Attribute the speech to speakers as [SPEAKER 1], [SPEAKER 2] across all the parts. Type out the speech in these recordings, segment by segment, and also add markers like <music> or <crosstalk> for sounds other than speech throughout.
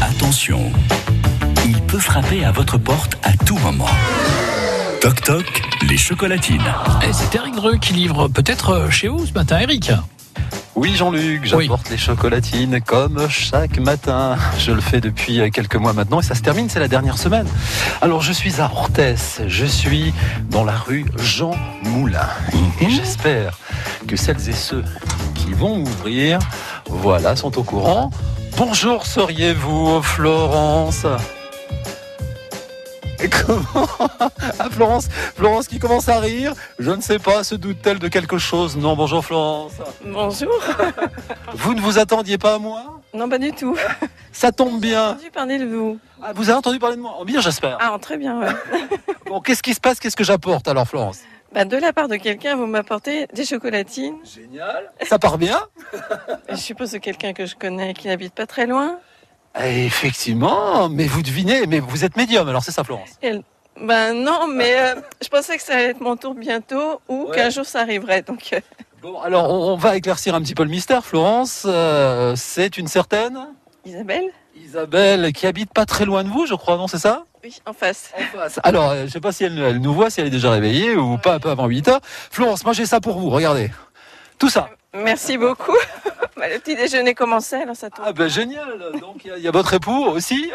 [SPEAKER 1] Attention, il peut frapper à votre porte à tout moment. Toc toc, les chocolatines.
[SPEAKER 2] Et c'est Eric Dreux qui livre peut-être euh, chez vous ce matin, Eric.
[SPEAKER 3] Oui Jean-Luc, j'apporte les chocolatines comme chaque matin. Je le fais depuis quelques mois maintenant et ça se termine, c'est la dernière semaine. Alors je suis à Orthès, je suis dans la rue Jean Moulin. Et j'espère que celles et ceux qui vont ouvrir, voilà, sont au courant. Bonjour, seriez-vous Florence Et Comment Ah Florence, Florence qui commence à rire. Je ne sais pas, se doute-t-elle de quelque chose Non, bonjour Florence.
[SPEAKER 4] Bonjour.
[SPEAKER 3] Vous ne vous attendiez pas à moi
[SPEAKER 4] Non, pas du tout.
[SPEAKER 3] Ça tombe bien.
[SPEAKER 4] J'ai parlé de vous.
[SPEAKER 3] Ah, Vous avez entendu parler de moi En bien, j'espère.
[SPEAKER 4] Ah, très bien. <laughs> ouais.
[SPEAKER 3] Bon, qu'est-ce qui se passe Qu'est-ce que j'apporte alors, Florence
[SPEAKER 4] Bah, de la part de quelqu'un, vous m'apportez des chocolatines.
[SPEAKER 3] Génial. Ça part bien
[SPEAKER 4] Je suppose que quelqu'un que je connais qui n'habite pas très loin.
[SPEAKER 3] Ah, Effectivement, mais vous devinez, mais vous êtes médium, alors c'est ça, Florence.
[SPEAKER 4] Ben non, mais <laughs> euh, je pensais que ça allait être mon tour bientôt ou
[SPEAKER 3] Ouais.
[SPEAKER 4] qu'un jour ça arriverait. Donc, euh,
[SPEAKER 3] Bon, alors on, on va éclaircir un petit peu le mystère, Florence. Euh, c'est une certaine
[SPEAKER 4] Isabelle
[SPEAKER 3] Isabelle qui habite pas très loin de vous, je crois, non, c'est ça
[SPEAKER 4] Oui, en face.
[SPEAKER 3] Alors, euh, je sais pas si elle, elle nous voit, si elle est déjà réveillée ou pas un peu avant 8 heures. Florence, moi j'ai ça pour vous, regardez. Tout ça.
[SPEAKER 4] Merci beaucoup. <laughs> Bah, le petit déjeuner commençait, alors ça tourne.
[SPEAKER 3] Ah ben génial. Donc il y a- il y, a votre époux aussi.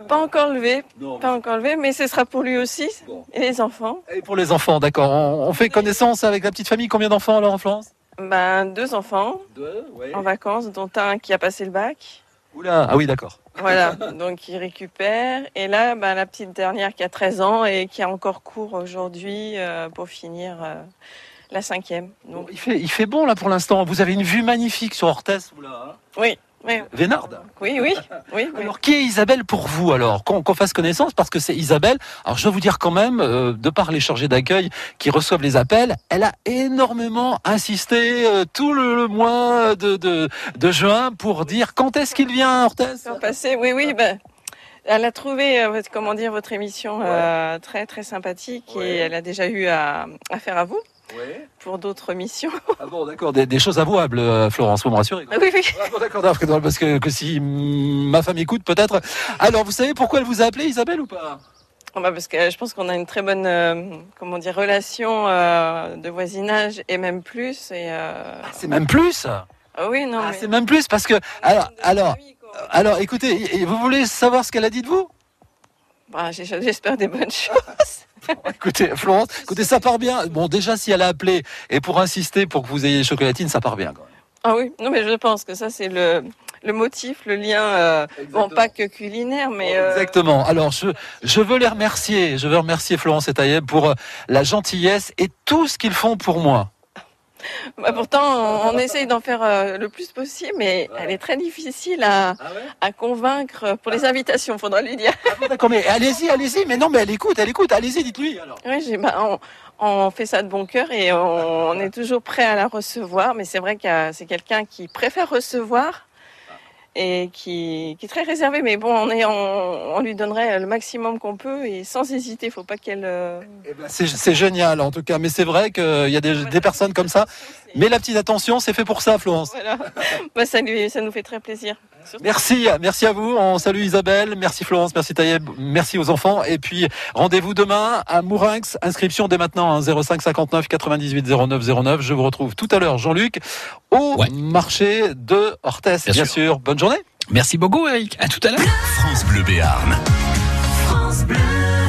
[SPEAKER 3] euh,
[SPEAKER 4] Pas encore levé,
[SPEAKER 3] non.
[SPEAKER 4] pas encore levé, mais ce sera pour lui aussi
[SPEAKER 3] Bon.
[SPEAKER 4] et les enfants.
[SPEAKER 3] Et pour les enfants, d'accord. On, on fait connaissance avec la petite famille. Combien d'enfants alors en Florence
[SPEAKER 4] Ben deux enfants
[SPEAKER 3] Deux, oui.
[SPEAKER 4] en vacances, dont un qui a passé le bac.
[SPEAKER 3] Oula, ah oui, d'accord.
[SPEAKER 4] Voilà, donc il récupère. Et là, bah, la petite dernière qui a 13 ans et qui a encore cours aujourd'hui euh, pour finir euh, la cinquième.
[SPEAKER 3] Bon,
[SPEAKER 4] Donc,
[SPEAKER 3] il, fait, il fait bon là pour l'instant. Vous avez une vue magnifique sur Orthès. Oula.
[SPEAKER 4] oui, oui,
[SPEAKER 3] Vénarde.
[SPEAKER 4] oui, oui, oui. oui.
[SPEAKER 3] Alors, qui est Isabelle pour vous alors Qu'on qu'on fasse connaissance parce que c'est Isabelle. Alors, je vais vous dire quand même, euh, de par les chargés d'accueil qui reçoivent les appels, elle a énormément insisté euh, tout le, le mois de, de, de juin pour dire quand est-ce qu'il vient, Orthès
[SPEAKER 4] Sans passer, oui, oui, bah, elle a trouvé, euh, votre- comment dire, votre émission euh, très, très sympathique
[SPEAKER 3] Ouais.
[SPEAKER 4] et elle a déjà eu à, à faire à vous pour d'autres missions.
[SPEAKER 3] Ah bon, d'accord, des, des choses avouables, euh, Florence, vous me rassurez. quoi.
[SPEAKER 4] oui, oui.
[SPEAKER 3] Ah bon, d'accord, d'accord, parce que, que si mm, ma femme écoute, peut-être. Alors, vous savez pourquoi elle vous a appelé, Isabelle, ou pas
[SPEAKER 4] Ah <laughs> bah, parce que euh, je pense qu'on a une très bonne, euh, comment dire, relation euh, de voisinage et même plus. Et, euh,
[SPEAKER 3] C'est même plus
[SPEAKER 4] ah oui, non.
[SPEAKER 3] Ah,
[SPEAKER 4] mais-
[SPEAKER 3] C'est même plus, parce que... Alors, alors, alors écoutez, et- et vous voulez savoir ce qu'elle a dit de
[SPEAKER 4] <laughs>
[SPEAKER 3] vous
[SPEAKER 4] Bah, j'ai- <laughs> J'espère des bonnes choses.
[SPEAKER 3] Écoutez, Florence, écoutez, ça part bien. Bon, déjà, si elle a appelé, et pour insister pour que vous ayez les chocolatines, ça part bien. Quand même.
[SPEAKER 4] Ah oui, non mais je pense que ça c'est le, le motif, le lien, euh, bon pas que culinaire, mais euh,
[SPEAKER 3] Exactement. Alors, je, je veux les remercier. Je veux remercier Florence et Taïeb pour euh, la gentillesse et tout ce qu'ils font pour
[SPEAKER 4] <laughs>
[SPEAKER 3] moi.
[SPEAKER 4] bah, pourtant on, on essaye d'en faire euh, le plus possible, mais elle est très difficile à, à convaincre pour les invitations, faudra lui dire.
[SPEAKER 3] Ah bon, D'accord, mais allez-y, allez-y. Mais non, mais elle écoute, elle écoute. Allez-y, dites-lui. Alors.
[SPEAKER 4] Oui, j'ai, bah, on, on fait ça de bon cœur et on, on est toujours prêt à la recevoir, mais c'est vrai que euh, c'est quelqu'un qui préfère recevoir. Et qui, qui est très réservé, mais bon, on, est, on, on lui donnerait le maximum qu'on peut et sans hésiter, faut pas qu'elle. euh,
[SPEAKER 3] Eh ben, c'est- C'est génial, en tout cas. Mais c'est vrai qu'il y a des, des personnes comme ça. Mais la petite attention, c'est fait pour ça, Florence.
[SPEAKER 4] Voilà. Bah, ça, lui- ça nous fait très plaisir.
[SPEAKER 3] Merci, merci à vous. On salue Isabelle, merci Florence, merci Taïeb, merci aux enfants. Et puis rendez-vous demain à Mourinx. Inscription dès maintenant hein, 05 59 98 09 09. Je vous retrouve tout à l'heure, Jean-Luc, au
[SPEAKER 2] Ouais.
[SPEAKER 3] marché de Hortès.
[SPEAKER 2] Bien
[SPEAKER 3] bien sûr. Bonne journée.
[SPEAKER 2] Merci beaucoup, Eric. À tout à l'heure.
[SPEAKER 1] France Bleu Béarn.